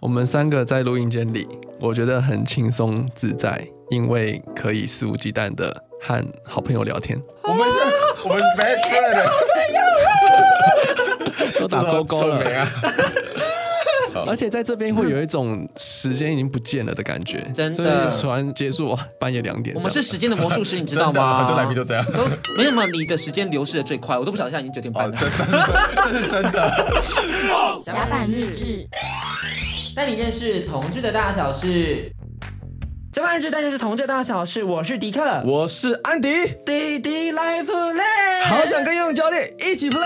我们三个在录音间里，我觉得很轻松自在，因为可以肆无忌惮的和好朋友聊天，我们是，我们是 best friend，都打勾勾这是很臭美了。啊！而且在这边会有一种时间已经不见了的感觉，真的所以突然结束哇，半夜两点这样。我们是时间的魔术师，你知道真的，吗？很多来宾都这样。都没有嘛，你的时间流逝的最快，我都不晓得现在已经九点半哦，了这。这是真，这是真的。甲板日志，带你认识同志的大小事。甲板日志，带你认识同志的大小事。我是迪克，我是安迪，弟弟来 play，好想跟游泳教练一起 play，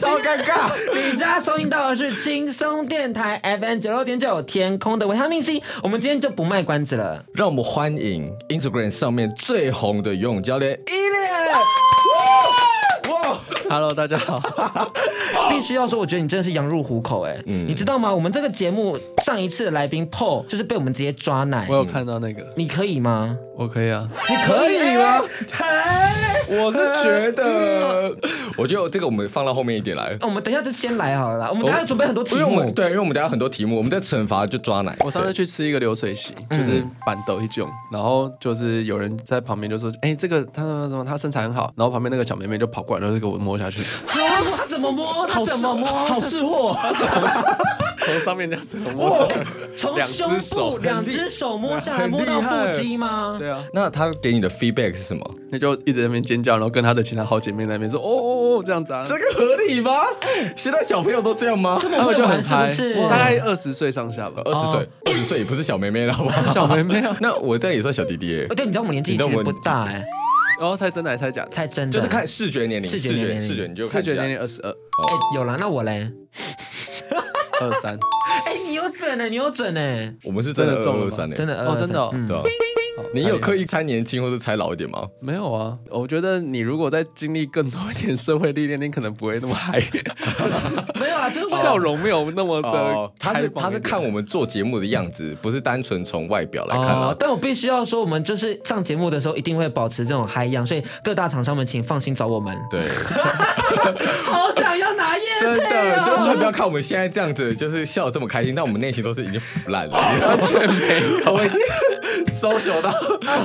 超尴尬。你现在收听到的是轻松电台 FM 九六点九，天空的维他命 C。我们今天就不卖关子了，让我们欢迎 Instagram 上面最红的游泳教练伊莲。 Hello，大家好，哦必须要说，我觉得你真的是羊入虎口哎、嗯你知道吗？我们这个节目上一次的来宾 Paul 就是被我们直接抓奶我，有看到那个，你可以吗？我可以啊，你可以吗？哎我是觉得，我觉得这个我们放到后面一点来，我们等一下就先来好了啦，我们刚才准备很多题因为我目们，对，因为我们等一下很多题目，我们在惩罚就抓奶。我上次去吃一个流水席，就是板豆一炯，然后就是有人在旁边就说：“哎、这个他什么什么，他身材很好。”然后旁边那个小妹妹就跑过来，然后就给我摸下去，他说他怎么摸，他怎么摸，好识货，从上面这样子摸。从两只胸手部两只手摸下来，很厉摸到害腹肌吗？ 对啊，那他给你的 feedback 是什么？那就一直在那边尖叫，然后跟她的其他好姐妹在那边说：“哦哦哦，这样子啊。”这个合理吗？现在小朋友都这样吗？他们就很嗨，是不是大概二十岁上下吧，二十岁，二十岁也不是小妹妹了，好不好？小妹妹啊。 那我这样也算小弟弟耶哦，，对，你知道我们年纪你其知道实我们不大哎、然后猜真的还猜假的？才真的就是看视觉年龄，视啊视觉年龄觉视觉你就视看起觉来年龄二十二、哎、有啦，那我嘞？二三，哎、你有准呢、你有准呢、我们是真的真的中了二吗二三真的，的呃嗯哦，真的、哦对啊。好你有刻意？意猜年轻或是猜老一点吗？没有啊，我觉得你如果再经历更多一点社会历练，你可能不会那么嗨，没有啊，就 是笑容没有那么的哦，。他开是放一他点是看我们做节目的样子，不是单纯从外表来看哦啦，。但我必须要说，我们就是上节目的时候一定会保持这种嗨样，所以各大厂商们请放心找我们。对，好想要拿叶哦真啊的，就算不要看我们现在这样子，就是笑得这么开心，但我们内心都是已经腐烂了，完全没有，我已经搜索到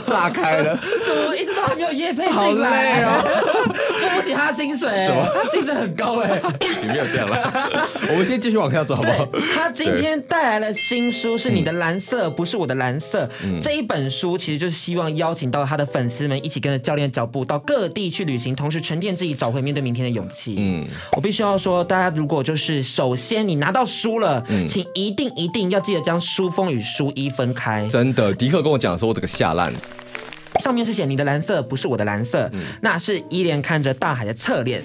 炸开了。 怎么一直都还没有叶配好进累来？哦， 付不起他薪水、什么他薪水很 高哎、你没有这样啦，我们先继续往下走好不好？他今天带来了新书，是你的蓝色，不是我的蓝色。嗯这一本书其实就是希望邀请到他的粉丝们一起跟着教练脚步到各地去旅行，同时沉淀自己，找回面对明天的勇气。嗯，我必须要说，大家如果就是首先你拿到书了，嗯请一定一定要记得将书封与书衣分开。真的，迪克跟我讲说，我这个下烂，上面是写你的蓝色，不是我的蓝色，嗯那是依莲看着大海的侧脸。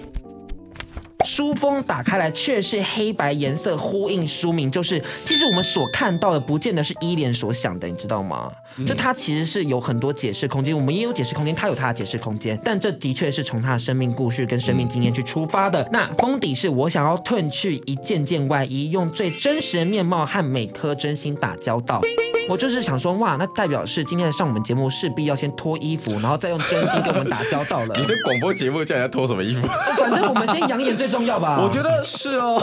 书封打开来，却是黑白颜色呼应书名，就是其实我们所看到的，不见得是依莲所想的，你知道吗？嗯就它其实是有很多解释空间，我们也有解释空间，它有它的解释空间，但这的确是从他的生命故事跟生命经验去出发嗯的。那封底是我想要褪去一件件外衣，用最真实的面貌和每颗真心打交道。我就是想说，哇，那代表是今天上我们节目，势必要先脱衣服，然后再用真心跟我们打交道了。 你这广播节目叫人家脱什么衣服？反正我们先养眼最重要吧。我觉得是哦，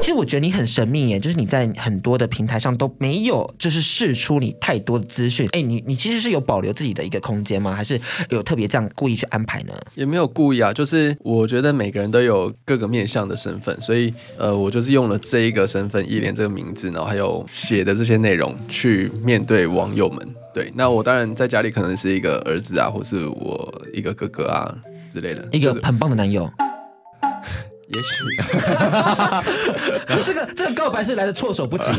其实我觉得你很神秘耶，就是你在很多的平台上都没有，就是试出你太多的资讯。哎，你你其实是有保留自己的一个空间吗？还是有特别这样故意去安排呢？也没有故意啊，就是我觉得每个人都有各个面向的身份，所以呃，我就是用了这一个身份“一连”这个名字，然后还有写的这些内容去面对网友们。对，那我当然在家里可能是一个儿子啊，或是我一个哥哥啊之类的，一个就是很棒的男友，也许是 这个这个告白是来的措手不及。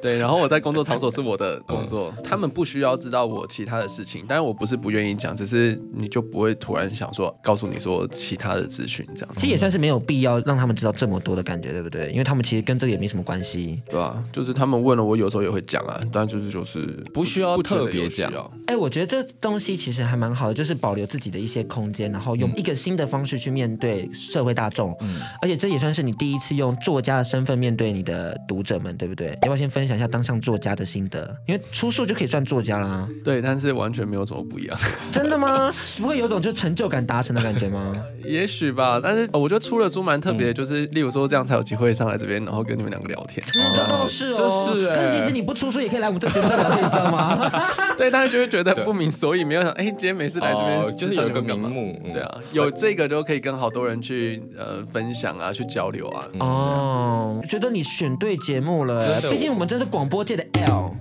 对。然后我在工作场所是我的工作，嗯他们不需要知道我其他的事情，但是我不是不愿意讲，只是你就不会突然想说告诉你说其他的资讯这样其子，实也算是没有必要让他们知道这么多的感觉，对不对？因为他们其实跟这个也没什么关系。对吧、啊就是他们问了我，有时候也会讲啊，但就是就是不需要不觉得特别有需讲要哎，我觉得这东嗯西其实还蛮好的，就是保留自己的一些空间，然后用一个新的方式去面对社会大众，而且这也算是你第一次用作家的身份面对你的读者们，对不对？要不要先分享一下当上作家的心得？因为出书就可以算作家啦，对，但是完全没有什么不 一样，真的吗？不会有种就成就感达成的感觉 吗？也许吧。但是呃我觉得出了书蛮特嗯别的，就是例如说这样才有机会上来这边，然后跟你们两个聊 天。这倒是哦，这是欸可是其实你不出书也可以来我们这节目聊天，你知道吗？ 对，大家就会觉得不明所以，没有想，哎、今天每次来这边、哦就是有一个名目嗯对啊，有这个就可以跟好多人去呃分享啊，去交流啊。嗯哦，觉得你选对节目了，真的毕竟我们真是广播界的 L，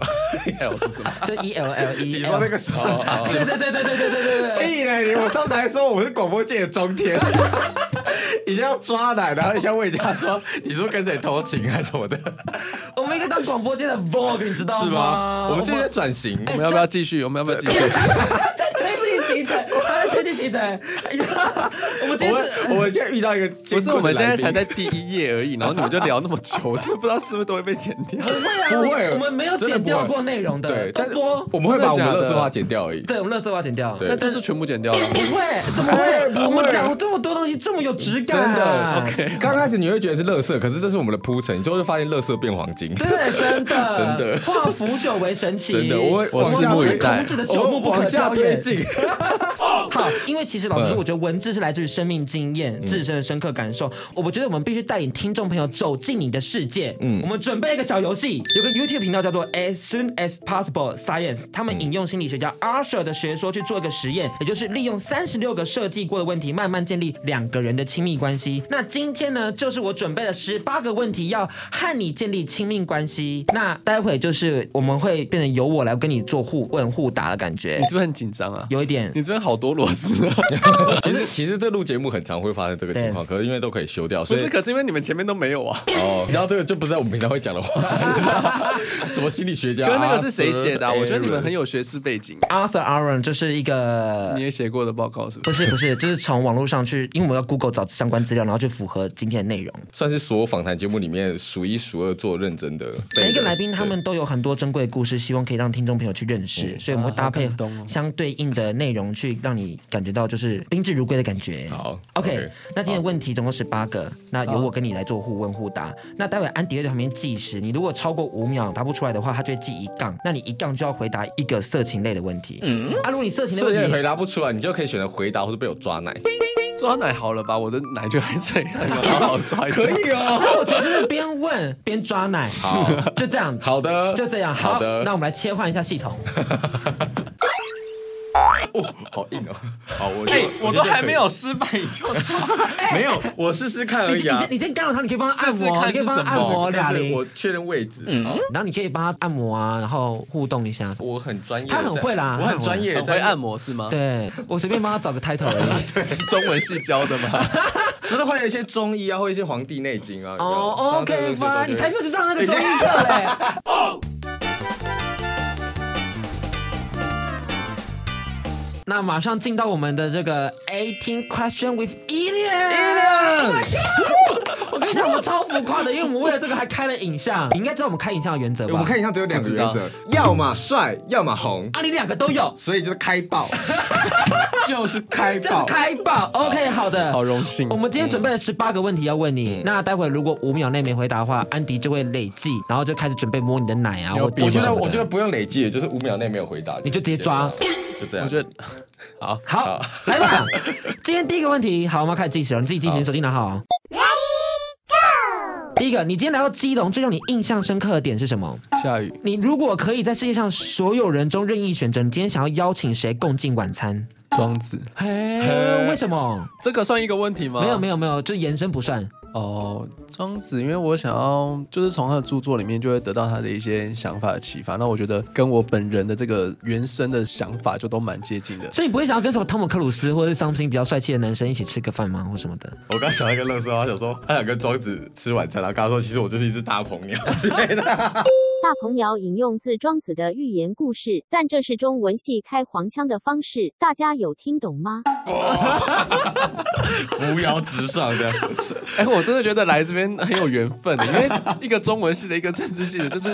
L 是什么？ 就 E L L E。你说那个上茶对？对对对对对对对对。屁嘞！你我上次还说我是广播界的中天，啊你先要抓奶，然后你先问人家说你是不是跟谁偷情还是什么的，我们应该当广播界的 Vogue，你知道是吗？我们这这些转型，我们要不要继续？我们要不要 继续？在推进行程，他在推进行程。哎呀我们今我天们是我们现在遇到一个艰不困是，的我们现在来宾才在第一页而已，然后你们就聊那么久， 我真的不知道是不是都会被剪 掉。不会我们没有真的不剪会掉过内容的，对，但是播，我们会把我真们的假的乐色话剪掉而已。对我们乐色要剪掉。对那就是全部剪掉了。不会，怎么不会？会我们讲这么多东西，这么有质真感，的。刚开始你会觉得是乐色，可是这是我们的铺陈，你最后就发现乐色变黄金。对，真的，真的化腐朽为神奇。真的我会我们拭目以是待孔子的朽我木们不可哦往下雕也推。 进， 好，因为其实老实说，嗯我觉得文字是来自于生命经验、自身的深刻感受。我觉得我们必须带领听众朋友走进你的世界。嗯，我们准备一个小游戏，有个 YouTube 频道叫做 As Soon as Possible Science，他们引用心理学家 Arthur 的学说去做一个实验，也就是利用三十六个设计过的问题，慢慢建立两个人的亲密关系。那今天呢，就是我准备了十八个问题，要和你建立亲密关系。那待会就是我们会变成由我来跟你做互问互答的感觉 你，是不是很紧张啊？有 一点。你这边好多螺丝啊！其实其实这录节目很常会发生这个情况，可是因为都可以修掉，所不以是，可是因为你们前面都没有啊。哦，然后这个就不是我们平常会讲的话， 什么心理学家，可是那个是谁写的啊？ Arthur 我觉得你们很 Aaron 有学识背景，啊 Arthur Aaron 就是一个你。也写过的报告是不不是？是不是，就是从网络上去，因为我们要 Google 找相关资料，然后去符合今天的内容。算是所有访谈节目里面数一数二做认真的。每一个来宾对他们都有很多珍贵的故事，希望可以让听众朋友去认识，所以我们会搭配感动哦相对应的内容去让你感觉到就是宾至如归的感觉。好，OK，, OK，那今天的问题总共十八个，那由我跟你来做互问互答。那待会安迪会在旁边计时，你如果超过五秒答不出来的话，他就会记一杠，那你一杠就要回答一个色情类的问题。嗯，啊，如果你色情类这些问题回答不出来，你就可以选择回答或者被我抓奶。抓奶好了吧？我的奶就在这里，你们好好抓一下。哦，那我觉得就是边问边抓奶，好就这样， 好的， 就这样，好的，那我们来切换一下系统。好硬哦，好，我哎觉得我觉都得还可以没有失败，你就抓。没有，我试试看而你已先你啊先。你先干扰他，你可以帮他按试试摩，看你可以帮他是什按么摩但俩是零，我确认位置，哦好然后你可以帮他按摩啊，然后互动一下。我很专业在，他很会啦我很专业，很会按，摩是吗？， 对我随便帮他找个 title 而已。中文系教的吗？就是会有一些中医啊，或一些《黄帝内经》啊。哦，OK 吧，你才没有有去上那个综艺 课嘞。 那马上进到我们的这个 eighteen question with Elian。我 跟你讲，我们超浮夸的，因为我们为了这个还开了影像。你应该知道我们开影像的原则吧？哎我们看一下，只有两个原不知则，要么帅，要么红，啊，你两个都有，所以就是开 爆，就是开就是爆。开爆。OK，好嗯的，好荣幸我们今天准备了十八个问题要问你，那待会如果五秒内没回答的话，安迪就会累计，然后就开始准备摸你的奶啊，有或比者我觉什得么的我觉得不用累计，就是五秒内没有回答，你就直接抓，就这 样。我觉得好，好，来吧。今天第一个问题，好，我们要开始计时了，你自己计时，好你手机拿好哦。第一个，你今天来到基隆，最让你印象深刻的点是什么？下雨你如果可以在世界上所有人中任意选择，你今天想要邀请谁共进晚餐？庄子，嘿，为什么？这个算一个问题吗？没有没有没有，就延伸不算。哦，庄子，因为我想要就是从他的著作里面就会得到他的一些想法的启发，那我觉得跟我本人的这个原生的想法就都蛮接近的。所以你不会想要跟什么汤姆克鲁斯或者是 something 比较帅气的男生一起吃个饭吗，或什么的？我刚想到一个 乐色，他想说他想跟庄子吃晚餐，然后跟他说其实我就是一只大鹏鸟之类的。报大鹏尧引用自庄子的寓言故事，但这是中文系开黄腔的方式，大家有听懂吗？扶摇直上这样。哎、我真的觉得来这边很有缘分欸的，因为一个中文系的，一个政治系的，就是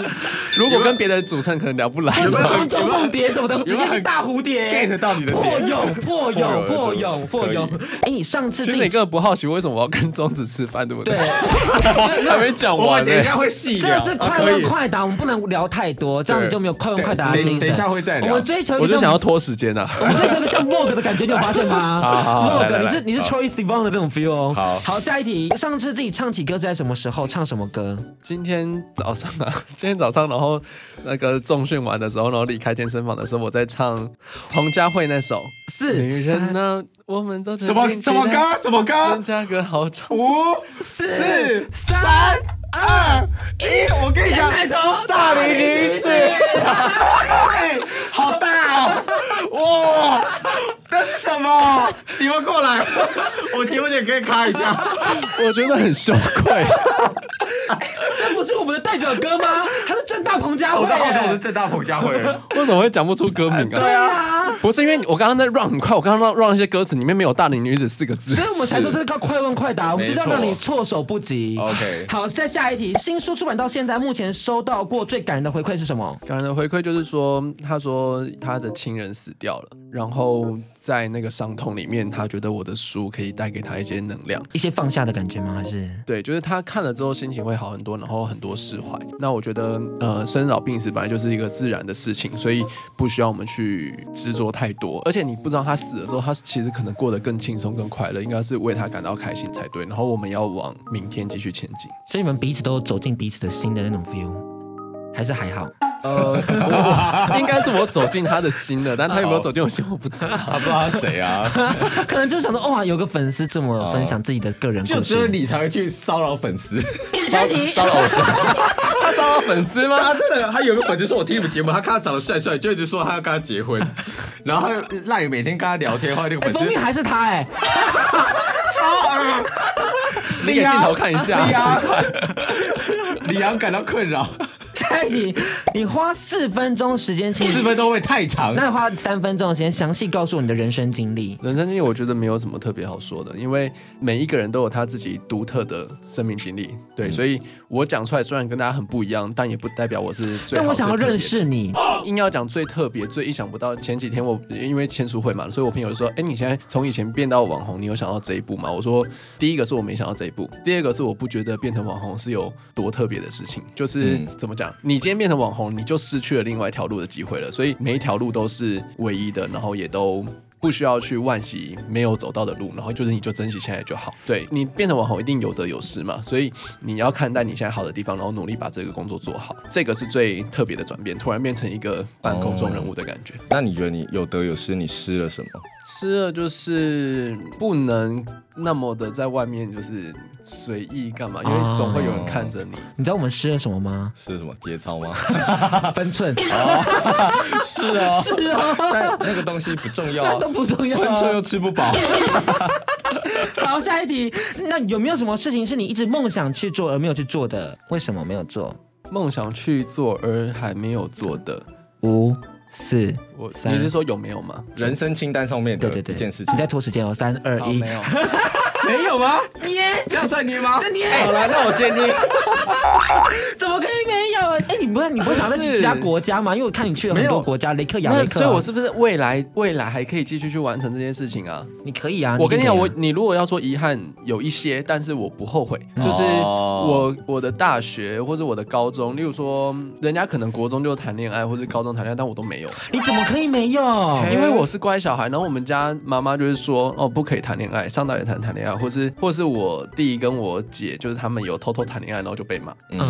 如果跟别的组成可能聊不来。还有什么吧中中梦蝶什么的，直有没有接很大蝴 蝶 get 到你的破点蛹破蛹破破蛹蛹破可以蛹。哎，你上次其自实你己根本不好奇为什么我要跟庄子吃饭，对不对？对 还没讲啊我欸完呢、等一下会细这聊，个啊是快可以问快答，我们不能聊太多，这样子就没有快问快答的对精神。等一下会再聊我们追求一个欸我就像想要拖时间啊。我们这真的像 Vogue 的感觉，你有发现 吗好好好来 Vogue，来你来是你是好 Troye Sivan 的那种 feel 哦。好好，下一题，上次自己唱起歌是在什么时候？唱什么歌？今天早上啊，今天早上，然后那个重训完的时候，然后离开健身房的时候，我在唱彭佳慧那首《四女人三呢、我们都什么什么歌什么歌跟？嘉哥好吵。五四三二一，我跟你讲，大龄女子， 哎，好大哦！哇，这是什么？你们过来，我节目也可以卡一下。我觉得很羞愧。这不是我们的代表歌吗？ 它是正大彭佳慧我在后面我是耶。正大彭佳慧，为什么会讲不出歌名啊？对啊，不是因为我刚刚在 run 很快，我刚刚 run run 一些歌词里面没有“大龄女子”四个字所以。我们才说这个快问快答，我们就是要没错让你措手不及。 OK 好，再下一题，新书出版到现在，目前收到过最感人的回馈是什么？感人的回馈就是说，他说他的亲人死掉了，然后在那个伤痛里面，他觉得我的书可以带给他一些能量。一些放下的感觉吗？还是对，就是他看了之后心情会好很多，然后很多释怀。那我觉得，呃，生老病死本来就是一个自然的事情，所以不需要我们去执着太多。而且你不知道他死的时候，他其实可能过得更轻松、更快乐，应该是为他感到开心才对。然后我们要往明天继续前进。所以你们彼此都有走进彼此的心的那种 feel，还是还好？ 呃，我我应该是我走进他的心了，但他有没有走进我心，我不知道。他不知道他谁啊，可能就想说，哇，有个粉丝这么分享自己的个人故事，就只有你才会去骚扰粉 丝。下一题，骚扰偶像，他骚扰粉丝吗？他真的，他有个粉丝说我听你们节目，他看他长得帅帅，就一直说他要跟他结 婚，然后他就赖每天跟他聊天，后来那个哎粉丝封面还是他 哎、你给镜头看一下李。阳，李阳感到困 扰，下一题，你花四分钟时间清理四，分钟会太长。那你花三分钟的时间详细告诉我你的人生经历。人生经历我觉得没有什么特别好说的，因为每一个人都有他自己独特的生命经历，嗯对，所以我讲出来虽然跟大家很不一样，但也不代表我是最好。但我想要最特别认识你，硬要讲最特别、最意想不到。前几天我因为签书会嘛，所以我朋友就说：“哎、你现在从以前变到网红，你有想到这一步吗？”我说：“第一个是我没想到这一步，第二个是我不觉得变成网红是有多特别的事情。就是、嗯怎么讲，你今天变成网红，你就失去了另外一条路的机会了。所以每一条路都是唯一的，然后也都。”不需要去惋惜没有走到的路，然后就是你就珍惜现在就好。对你变成网红一定有得有失嘛，所以你要看待你现在好的地方，然后努力把这个工作做好，这个是最特别的转变，突然变成一个半空中人物的感觉。那你觉得你有得有失，你失了什么？失了就是不能那么的在外面就是随意干嘛，因为总会有人看着你。你知道我们失了什么吗？是什么节操吗？分寸， 是啊， 是啊，但那个东西不重要啊， 都不重要啊分寸又吃不 饱。好，下一题，那有没有什么事情是你一直梦想去做而没有去做的？为什么没有做？梦想去做而还没有做的，五四，我三你是说有没有吗？人生清单上面对的对对，呃一件事情你，在拖时间哦，三二哦，一，没有。没有吗？捏，这样算捏 吗？捏哎好了，那我先捏。怎么可以没有？哎、你不是你不是想在不是其他国家吗？因为我看你去了很没多有国家，雷克雅那未克所啊、以，我是不是未来未来还可以继续去完成这件事情啊？你可以啊。我跟你一定讲，可我以啊你如果要说遗憾，有一些，但是我不后悔。哦就是我我的大学或者我的高中，例如说，人家可能国中就谈恋爱，或者高中谈恋爱，但我都没有，你怎么可以没有？因为我是乖小孩。然后我们家妈妈就是说，哦，不可以谈恋爱，上大学才能谈恋爱，或是或是我弟跟我姐，就是他们有偷偷谈恋爱，然后就被骂。嗯，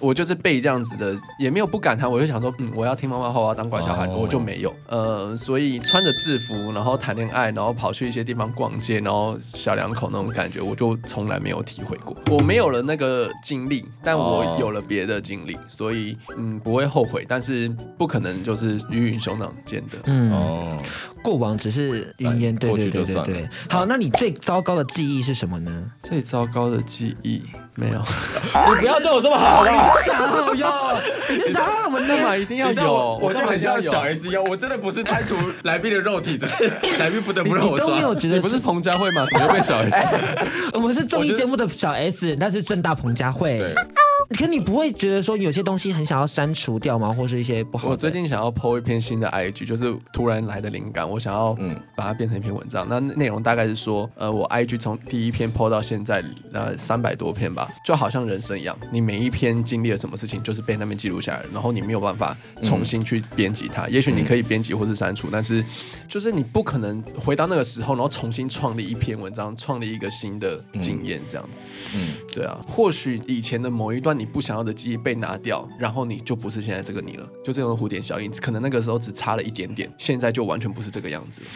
我就是被这样子的，也没有不敢谈，我就想说，嗯，我要听妈妈话，我要当乖小孩，哦我就没有。呃，所以穿着制服，然后谈恋爱，然后跑去一些地方逛街，然后小两口那种感觉，我就从来没有体会过。我没有了那个经历，但我哦有了别的经历，所以嗯，不会后悔，但是不可能就是鱼与熊掌兼得。嗯，哦，过往只是云烟，对过对去对就对算了对。好，那你最糟糕的记忆是什么呢？最糟糕的记忆没有，你不要对我这么好好不好？想好用，你就想让我们干嘛一定要你知道有我？我就很像小你 S 一样，我真的不是贪图来宾的肉体，只是来宾不得不让你我都没抓有。觉得不是彭佳慧吗？怎么又 变小 S？我们是综艺节目的小 S，那是正大彭佳慧对。可你不会觉得说有些东西很想要删除掉吗？或是一些不好的？我最近想要 PO 一篇新的 IG，就是突然来的灵感，我想要嗯把它变成一篇文章。那内容大概是说，呃，我 IG 从第一篇 PO 到现在，呃，三百多篇吧，就好像人生一样，你每一篇经历了什么事情，就是被那边记录下来，然后你没有办法嗯重新去编辑它。也许你可以编辑或是删除，但是就是你不可能回到那个时候，然后重新创立一篇文章，创立一个新的嗯经验，这样子。对啊，或许以前的某一段你不想要的记忆被拿掉，然后你就不是现在这个你了，就这种蝴蝶效应，可能那个时候只差了一点点，现在就完全不是这个样子了。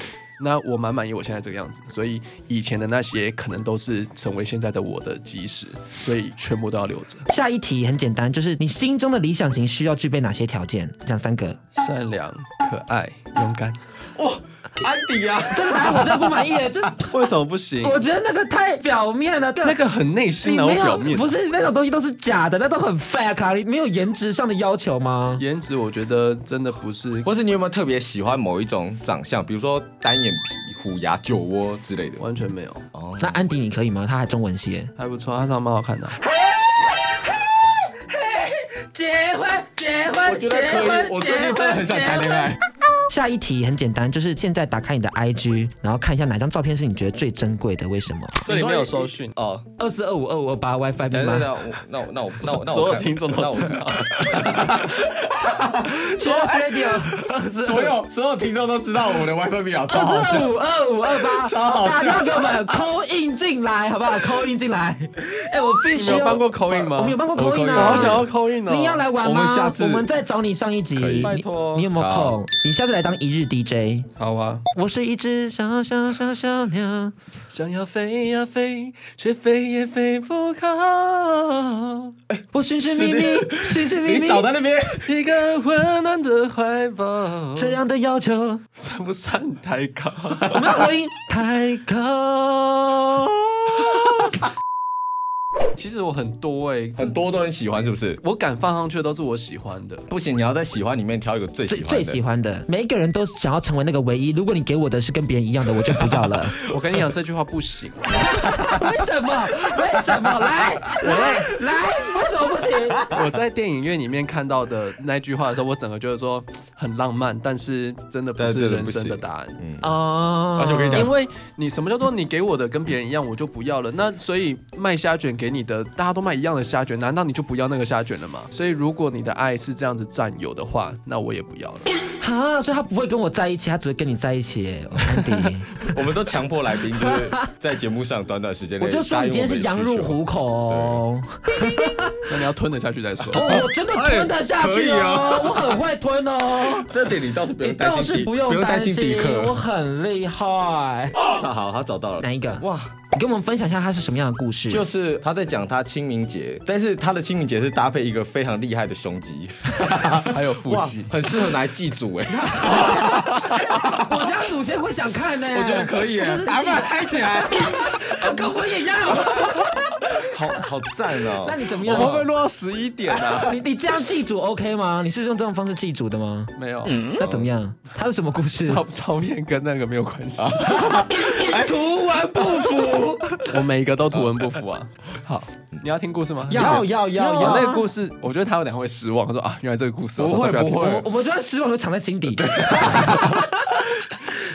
那我蛮满意我现在这个样子，所以以前的那些可能都是成为现在的我的基石，所以全部都要留着。下一题很简单，就是你心中的理想型需要具备哪些条件？讲三个。善良、可爱、勇敢，安迪啊，真的啊，我真的不满意耶，这为什么不行？ 我觉得那个太表面了，对那。个很内心你然后没表有，面不是那种东西都是假的，那都很 fake 啊！你没有颜值上的要求吗？颜值，我觉得真的不是或是你有没有特别喜欢某一种长相，比如说单眼皮、虎牙、酒窝之类的？完全没有，哦，那安迪你可以吗？他还中文系耶，还不错，他长得蛮好看的啊。结婚结婚我觉得可以，我最近真的很想谈恋爱。下一题很简单，就是现在打开你的 IG，然后看一下哪张照片是你觉得最珍贵的，为什么？这里没有搜讯，哦，二四二五二五二八 WiFi 密等等码，等，我那我那我那我那我所有看听众那都我知看道。所有 radio 所有所有听众都知道我的 WiFi 密码哎超好二四笑二，五二五二八，超好笑打电话给我们 call in 进来，好不好？call in 进来，哎，我必你须们有帮要。过口音吗？我们有帮过我 call in 扣印啊，我好想要扣印哦！你要来玩吗？我们下次我们再找你上一集，可以你拜托你有没有好空？你下次来当一日 DJ。好啊！我是一只小小小小鸟，想要飞呀飞，却飞也飞不高。我寻寻觅觅，寻寻觅你觅，少在那边。一个温暖的怀抱，这样的要求，算不算太高？我们要回应太高。 其实我很多哎、很多都很喜欢，是不是？我敢放上去的都是我喜欢的。不行，你要在喜欢里面挑一个最最喜欢最的。喜欢的，每一个人都想要成为那个唯一。如果你给我的是跟别人一样的，我就不要 了。我跟你讲，这句话不行。为什么？为什么？来，来，来，为什么不行？我在电影院里面看到的那句话的时候，我整个觉得说很浪漫，但是真的不但是是真的人不生的行答案。嗯，哦而且我跟你讲因，为啊你什么叫做你给我的跟别人一样，我就不要了？那所以卖虾卷给你的，大家都卖一样的虾卷，难道你就不要那个虾卷了吗？所以如果你的爱是这样子占有的话，那我也不要了。 啊，所以他不会跟我在一起，他只会跟你在一起耶。安 迪， 我们都强迫来宾就是在节目上短短时间内，我就说你今天是羊入虎。口哦。那你要吞得下去再说。 哦，我真的吞得下去哎可以哦啊，我很会吞哦。这点你倒 是不 你用担倒心是迪，不用用担担心心迪，我克。很厉害。那 好，他找到了哪一个？哇，你跟我们分享一下它是什么样的故事？就是他在讲他清明节，但是他的清明节是搭配一个非常厉害的胸肌， 还有腹哇肌，，很适合拿来祭祖哎。 我家祖先会想看呢、 我觉得可以哎，打扮拍起来，以，跟我也要。 好好赞哦。 那你怎么我样们？会不会录到十一点啊？你你这样祭祖 OK 吗？你是用这种方式祭祖的吗？没有，嗯那怎么样？它是什么故事？照照片跟那个没有关 系。图文不 符。我每一个都图文不符啊。好，你要听故事吗？要要要我要那个故事，我觉得他们俩会失望。他说啊，原来这个故事啊不早知会道要不听会我，们就算失望都藏在心底。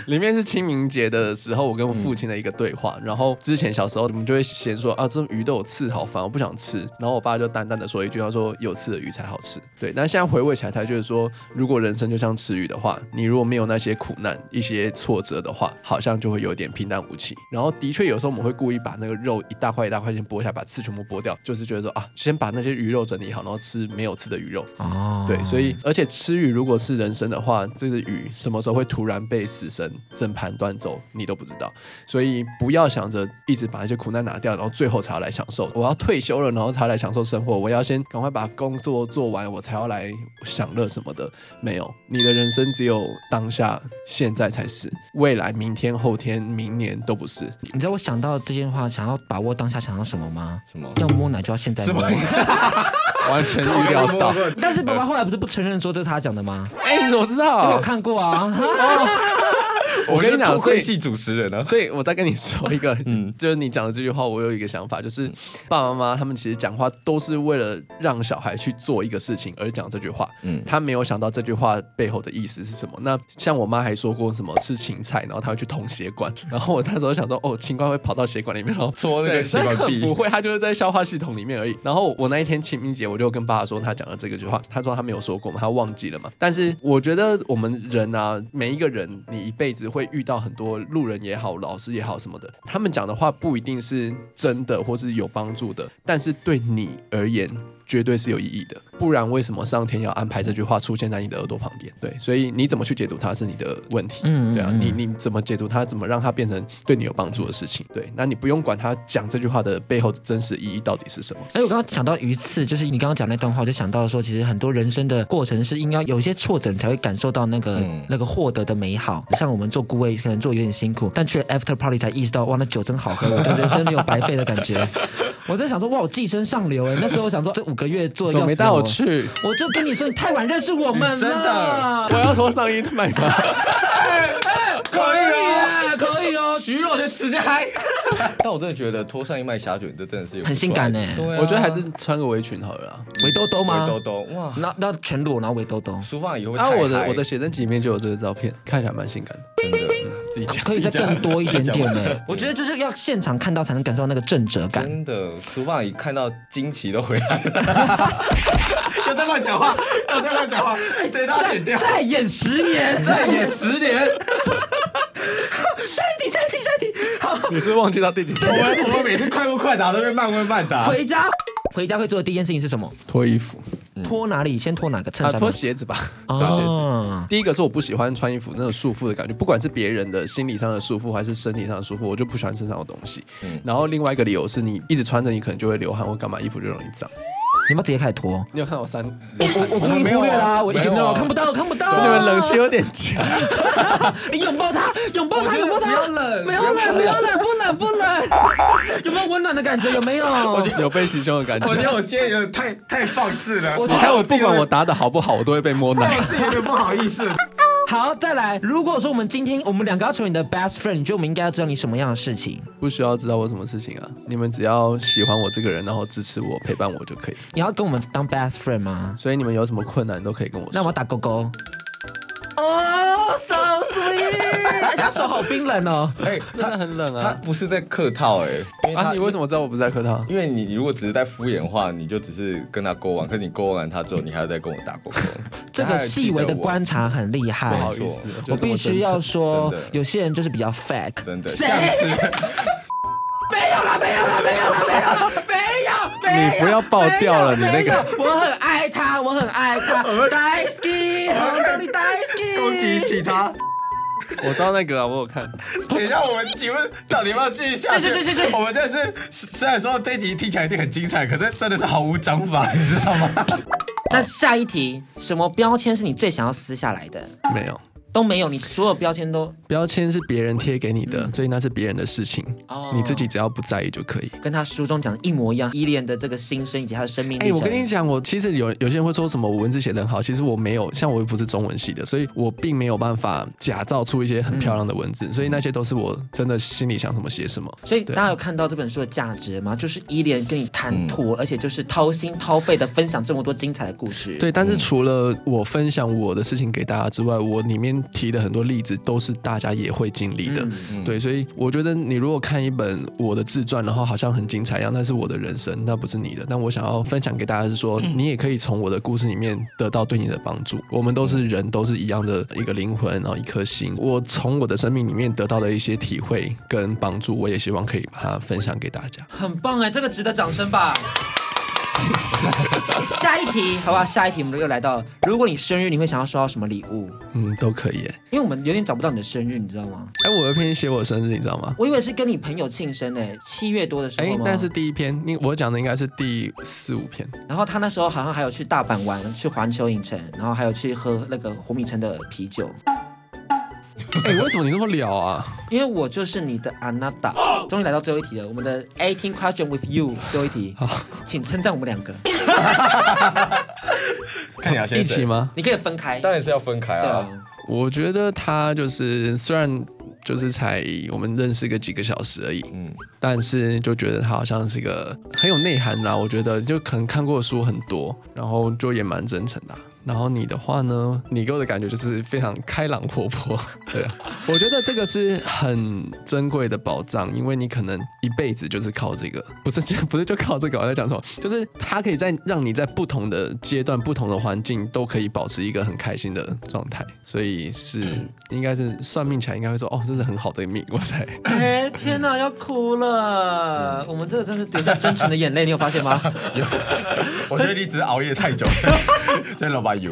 里面是清明节的时候，我跟我父亲的一个对话。然后之前小时候，我们就会嫌说啊，这鱼都有刺，好烦，我不想吃。然后我爸就淡淡的说一句，他说有刺的鱼才好吃。对，但现在回味起来才觉得说，如果人生就像吃鱼的话，你如果没有那些苦难、一些挫折的话，好像就会有点平淡无奇。然后的确有时候我们会故意把那个肉一大块一大块先剥下来，把刺全部剥掉，就是觉得说啊，先把那些鱼肉整理好，然后吃没有刺的鱼肉。哦对，所以而且吃鱼如果是人生的话，这只鱼什么时候会突然被死神正判断走，你都不知道。所以不要想着一直把那些苦难拿掉，然后最后才要来享受。我要退休了，然后才来享受生活。我要先赶快把工作做完，我才要来享乐什么的。没有，你的人生只有当下，现在才是，未来、明天、后天、明年都不是。你知道我想到这件话，想要把握当下，想到什么吗？什么要摸奶就要现在摸。完 全 预料到。但是爸爸后来不是不承认说这是他讲的吗？哎、你怎么知哦我有道？看过啊，我跟你讲，所以系主持 人啊，所以我再跟你说一个，嗯 就是你讲的这句话，我有一个想法，就是爸爸妈妈他们其实讲话都是为了让小孩去做一个事情而讲这句话，嗯他没有想到这句话背后的意思是什么。那像我妈还说过什么吃芹菜，然后她会去捅血管，然后我那时候想说，哦，新冠会跑到血管里面，然后戳那个对血管那个壁不会，他就是在消化系统里面而已。然后我那一天清明节，我就跟爸爸说他讲的这个句话，他说他没有说过嘛，他忘记了嘛。但是我觉得我们人啊，每一个人，你一辈子会遇到很多路人也好，老师也好什么的，他们讲的话不一定是真的或是有帮助的，但是对你而言。绝对是有意义的，不然为什么上天要安排这句话出现在你的耳朵旁边？对，所以你怎么去解读它是你的问题。嗯嗯对啊，嗯你你怎么解读它，怎么让它变成对你有帮助的事情？对，那你不用管他讲这句话的背后的真实意义到底是什么。哎，我刚刚想到鱼刺，就是你刚刚讲那段话，我就想到说，其实很多人生的过程是应该有一些挫折，你才会感受到那个、嗯那个获得的美好。像我们做顾问，可能做有点辛苦，但去了 after party 才意识到，哇，那酒真好喝，我的人生没有白费的感觉。 我在想说，哇，我寄生上流哎！那时候我想说，这五个月做怎么没带我我，去？我就跟你说，你太晚认识我们了。真的我要脱上衣买吗？ 可以啊。啊，可以哦，徐若就直接嗨， 但我真的觉得脱上一卖虾卷，这真的是一个不错很性感欸对啊我觉得还是穿个围裙好了啦。围兜兜吗？围兜兜哇，那那全裸，然后围兜兜，书放以后会啊，太我的嗨我的写真集里面就有这个照片，看起来蛮性感的。真的自己讲，可以再更多一点欸点呢、讲我觉得就是要现场看到才能感受到那个正哲感。真的，书放一看到惊奇都回来了， 不要再乱讲话，不要再乱讲话，这一段要剪掉。再演十 年，再演十年，身体身体身体，好，你是不是忘记到第 几我天？们我们每次快问快答都是慢问慢答，回家。回家会做的第一件事情是什么？脱衣服脱哪里？先嗯脱哪个衬啊，衫脱吗？鞋子吧，脱鞋子。哦，第一个是我不喜欢穿衣服那种束缚的感觉，不管是别人的心理上的束缚还是身体上的束缚，我就不喜欢身上的东西。然后另外一个理由是你一直穿着，你可能就会流汗或干嘛，衣服就容易脏。你们直接开始脱。你有看我三？我我故意没有忽略啦，啊我一没有点啊都看不到，看不到。你们冷气有点强，你拥抱他，拥抱他，拥抱他。不要冷，没有冷，没有冷，不冷不冷。有没有温暖的感觉？有 没有？有被袭胸的感 我觉觉。得我今天有点太太放肆了。我你看我不管我打的好不好，我都会被摸奶 我。自己有点不好意 思。好，再来。如果说我们今天我们两个要成为你的 best friend，你觉得我们应该要知道你什么样的事情？不需要知道我什么事情啊，你们只要喜欢我这个人，然后支持我、陪伴我就可以。你要跟我们当 best friend 吗？所以你们有什么困难都可以跟我那我要说。打勾勾。哦、s o sweet！他哎手好冰冷哦。哎，真的他很冷他啊！不是在客套哎，因为啊，他你为什么知道我不在客套？因为你如果只是在敷衍的话，你就只是跟他勾完，可你勾完他之后，你还要再跟我打勾勾。这个细微的观察很厉害。不不好意思，就我这么必须真诚要说真的，有些人就是比较 fake。真的谁像是你不要爆掉了，你那没有个。，我很爱他，我很 爱他。大好き，本当に大好き。攻击起他。我知道那个啊，我有看。等一下，我们请问到底要不要继续下去？这这这这这我们这是虽然说这一集听起来一定很精彩，可是真的是毫无章法，你知道吗？那下一题，什么标签是你最想要撕下来的？没有，都没有，你所有标签都标签是别人贴给你的，所以那是别人的事情，哦你自己只要不在意就可以。跟他书中讲的一模一样，依恋的这个心声以及他的生命哎、历程。我跟你讲，我其实有有些人会说什么我文字写得很好，其实我没有，像我又不是中文系的，所以我并没有办法假造出一些很漂亮的文字，所以那些都是我真的心里想什么写什么。所以对大家有看到这本书的价值吗？就是依莲跟你谈吐，嗯而且就是掏心掏肺的分享这么多精彩的故事。，对，但是除了我分享我的事情给大家之外，我里面提的很多例子都是大家也会经历的。嗯对，所以我觉得你如果看一本我的自传，然后好像很精彩一样，那是我的人生，那不是你的。但我想要分享给大家是说，你也可以从我的故事里面得到对你的帮助。我们都是人，都是一样的一个灵魂，然后一颗心。我从我的生命里面得到的一些体会跟帮助，我也希望可以把它分享给大家。很棒哎，这个值得掌声吧。下一题，好不好？下一题，我们又来到，如果你生日，你会想要收到什么礼物？嗯，都可以耶。因为我们有点找不到你的生日，你知道吗？哎，我有一篇写我生日，你知道吗？我以为是跟你朋友庆生诶、七月多的时哎候，吗？那是第一篇，你我讲的应该是第四五篇。然后他那时候好像还有去大阪玩，去环球影城，然后还有去喝那个胡米城的啤酒。哎，为什么你那么聊 啊？因为我就是你的安娜达。终于来到最后一题了，我们的 eighteen question with you 最后一题，请称赞我们两个。看你要一先起谁？吗？你可以分开。当然是要分开对啊。啊，我觉得他就是虽然就是才我们认识个几个小时而已，嗯，但是就觉得他好像是一个很有内涵啦、我觉得就可能看过的书很多，然后就也蛮真诚的啊、然后你的话呢，你给我的感觉就是非常开朗活泼，对啊，我觉得这个是很珍贵的宝藏，因为你可能一辈子就是靠这个，不是就不是就靠这个，我在讲什么？就是它可以在让你在不同的阶段、不同的环境都可以保持一个很开心的状态，所以是应该是算命起来应该会说，哦，这是很好的命，哇 塞。哎，天哪，要哭了！我们这个真是流下真诚的眼泪，你有发现 吗？ 我觉得你只是熬夜太久， 在老板油。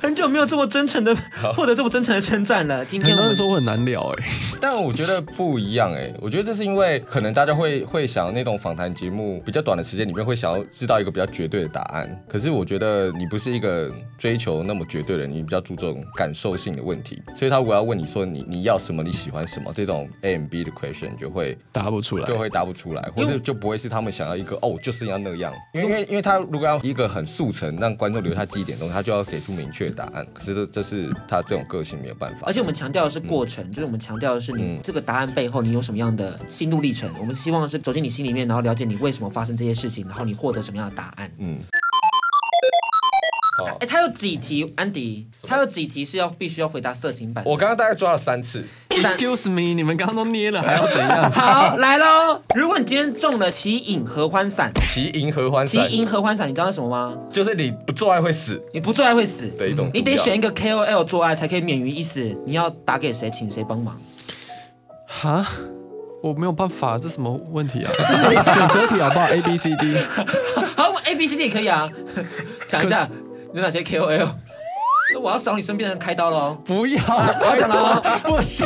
很久没有这么真诚的获得这么真诚的称赞了。今很天我多人们说我很难聊哎、但我觉得不一样哎、我觉得这是因为可能大家会会想那种访谈节目比较短的时间里面会想要知道一个比较绝对的答案，可是我觉得你不是一个追求那么绝对的人，你比较注重感受性的问题，所以他如果要问你说你你要什么，你喜欢什么这种 A M B 的 question 就会答不出来。就会答不出来，或者就不会是他们想要一个哦，就是要那样。因为因为因为他如果要一个很速成让观众留下记忆点的东西，他就要给出明确的答案。可是这这是他这种个性没有办法。而且我们强调的是过程，嗯就是我们强调的是你嗯这个答案背后你有什么样的心路历程。我们希望是走进你心里面，然后了解你为什么发生这些事情，然后你获得什么样的答案。嗯，好哦哎，，他有几题，安迪，他有几题是要必须要回答色情版的。？我刚刚大概抓了三次， Excuse me，你们刚刚都捏了，还要怎样 好来喽！如果你今天中了奇影合欢散，骑银合欢奇伞，影合欢散，你知道是什么吗？就是你不做爱会死你不做爱会死的一种毒药。嗯你得选一个 KOL 做爱才可以免于一死。你要打给谁，请谁帮忙？ 哈，我没有办法，这什么问题啊？ 选择题好不好？A B C D，好，A B C D 也可以啊。 想一下，有哪些 KOL？我要扫你身边的人开刀喽。不要，我讲了哦不行。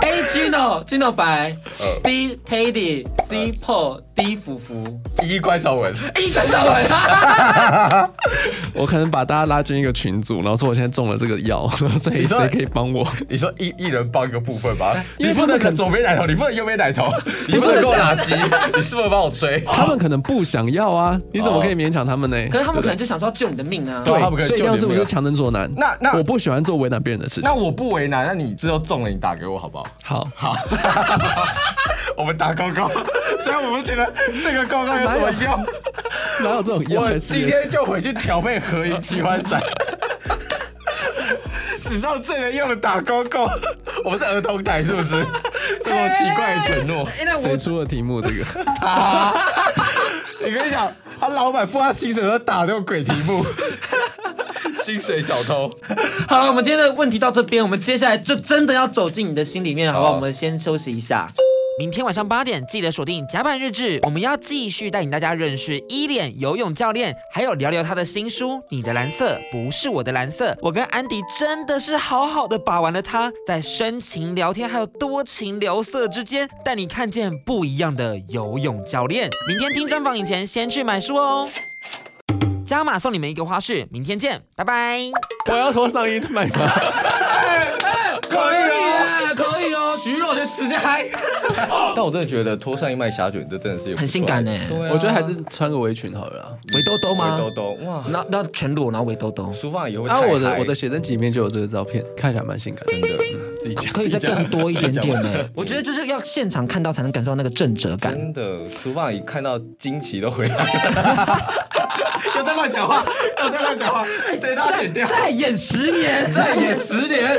A Gino Gino 白呃，B Teddy，C Paul，D 福福。一关少文，一转上文，我可能把大家拉进一个群组，然后说我现在中了这个药， 所以你说谁可以帮我？ 你说一一人帮一个部分吧，因为你不他们可能能左边奶头，你不能右边奶头，你不能给我打击，你是不是帮我吹？ 他们可能不想要啊，你怎么可以勉强他们呢？ 可是他们可能就想说要救你的命 啊。对他们可能所以这样救是不你命啊是强人所难？那那我不喜欢做为难别人的事情那。我不为难，那你之后中了，你打给我好不好？好，我们打勾 勾，虽然我们觉得这个勾勾有什么用，哪有这种药我的事今天就回去调配合一奇幻伞。 史上最能用的打勾勾， 我们是儿童台是不是？这种奇怪的承诺，哎，那谁我出的题目？这个你跟你讲，他老板付他薪水都打这种鬼题目， 薪水小偷。好了，我们今天的问题到这边，我们接下来就真的要走进你的心里面，好不好？好我们先休息一下。明天晚上八点记得锁定《甲板日志》，我们要继续带领大家认识伊脸游泳教练，还有聊聊他的新书《你的蓝色不是我的蓝色》。我跟安迪真的是好好的把玩了他，在深情聊天还有多情聊色之间，带你看见不一样的游泳教练。明天听专访以前，先去买书哦。加码送你们一个花絮，明天见，拜拜。 我要脱上衣 买吗？可以啊，可以哦，徐若就直接嗨。但我真的觉得脱上一脉侠卷，这真的是有很性感欸对啊我觉得还是穿个围裙好了啊啦。围兜兜吗？围兜兜哇，那那全裸，然后围兜兜，书放以后会啊，太我的嗨我的写真集里面就有这个照片，看起来蛮性感的，真的自己 讲。可以再更多一点 点呢、讲我觉得就是要现场看到才能感受到那个正折感。真的，书放一看到惊奇都回来了。要在乱讲话，要在乱讲话，这一段要剪掉。再演十年，再演十年，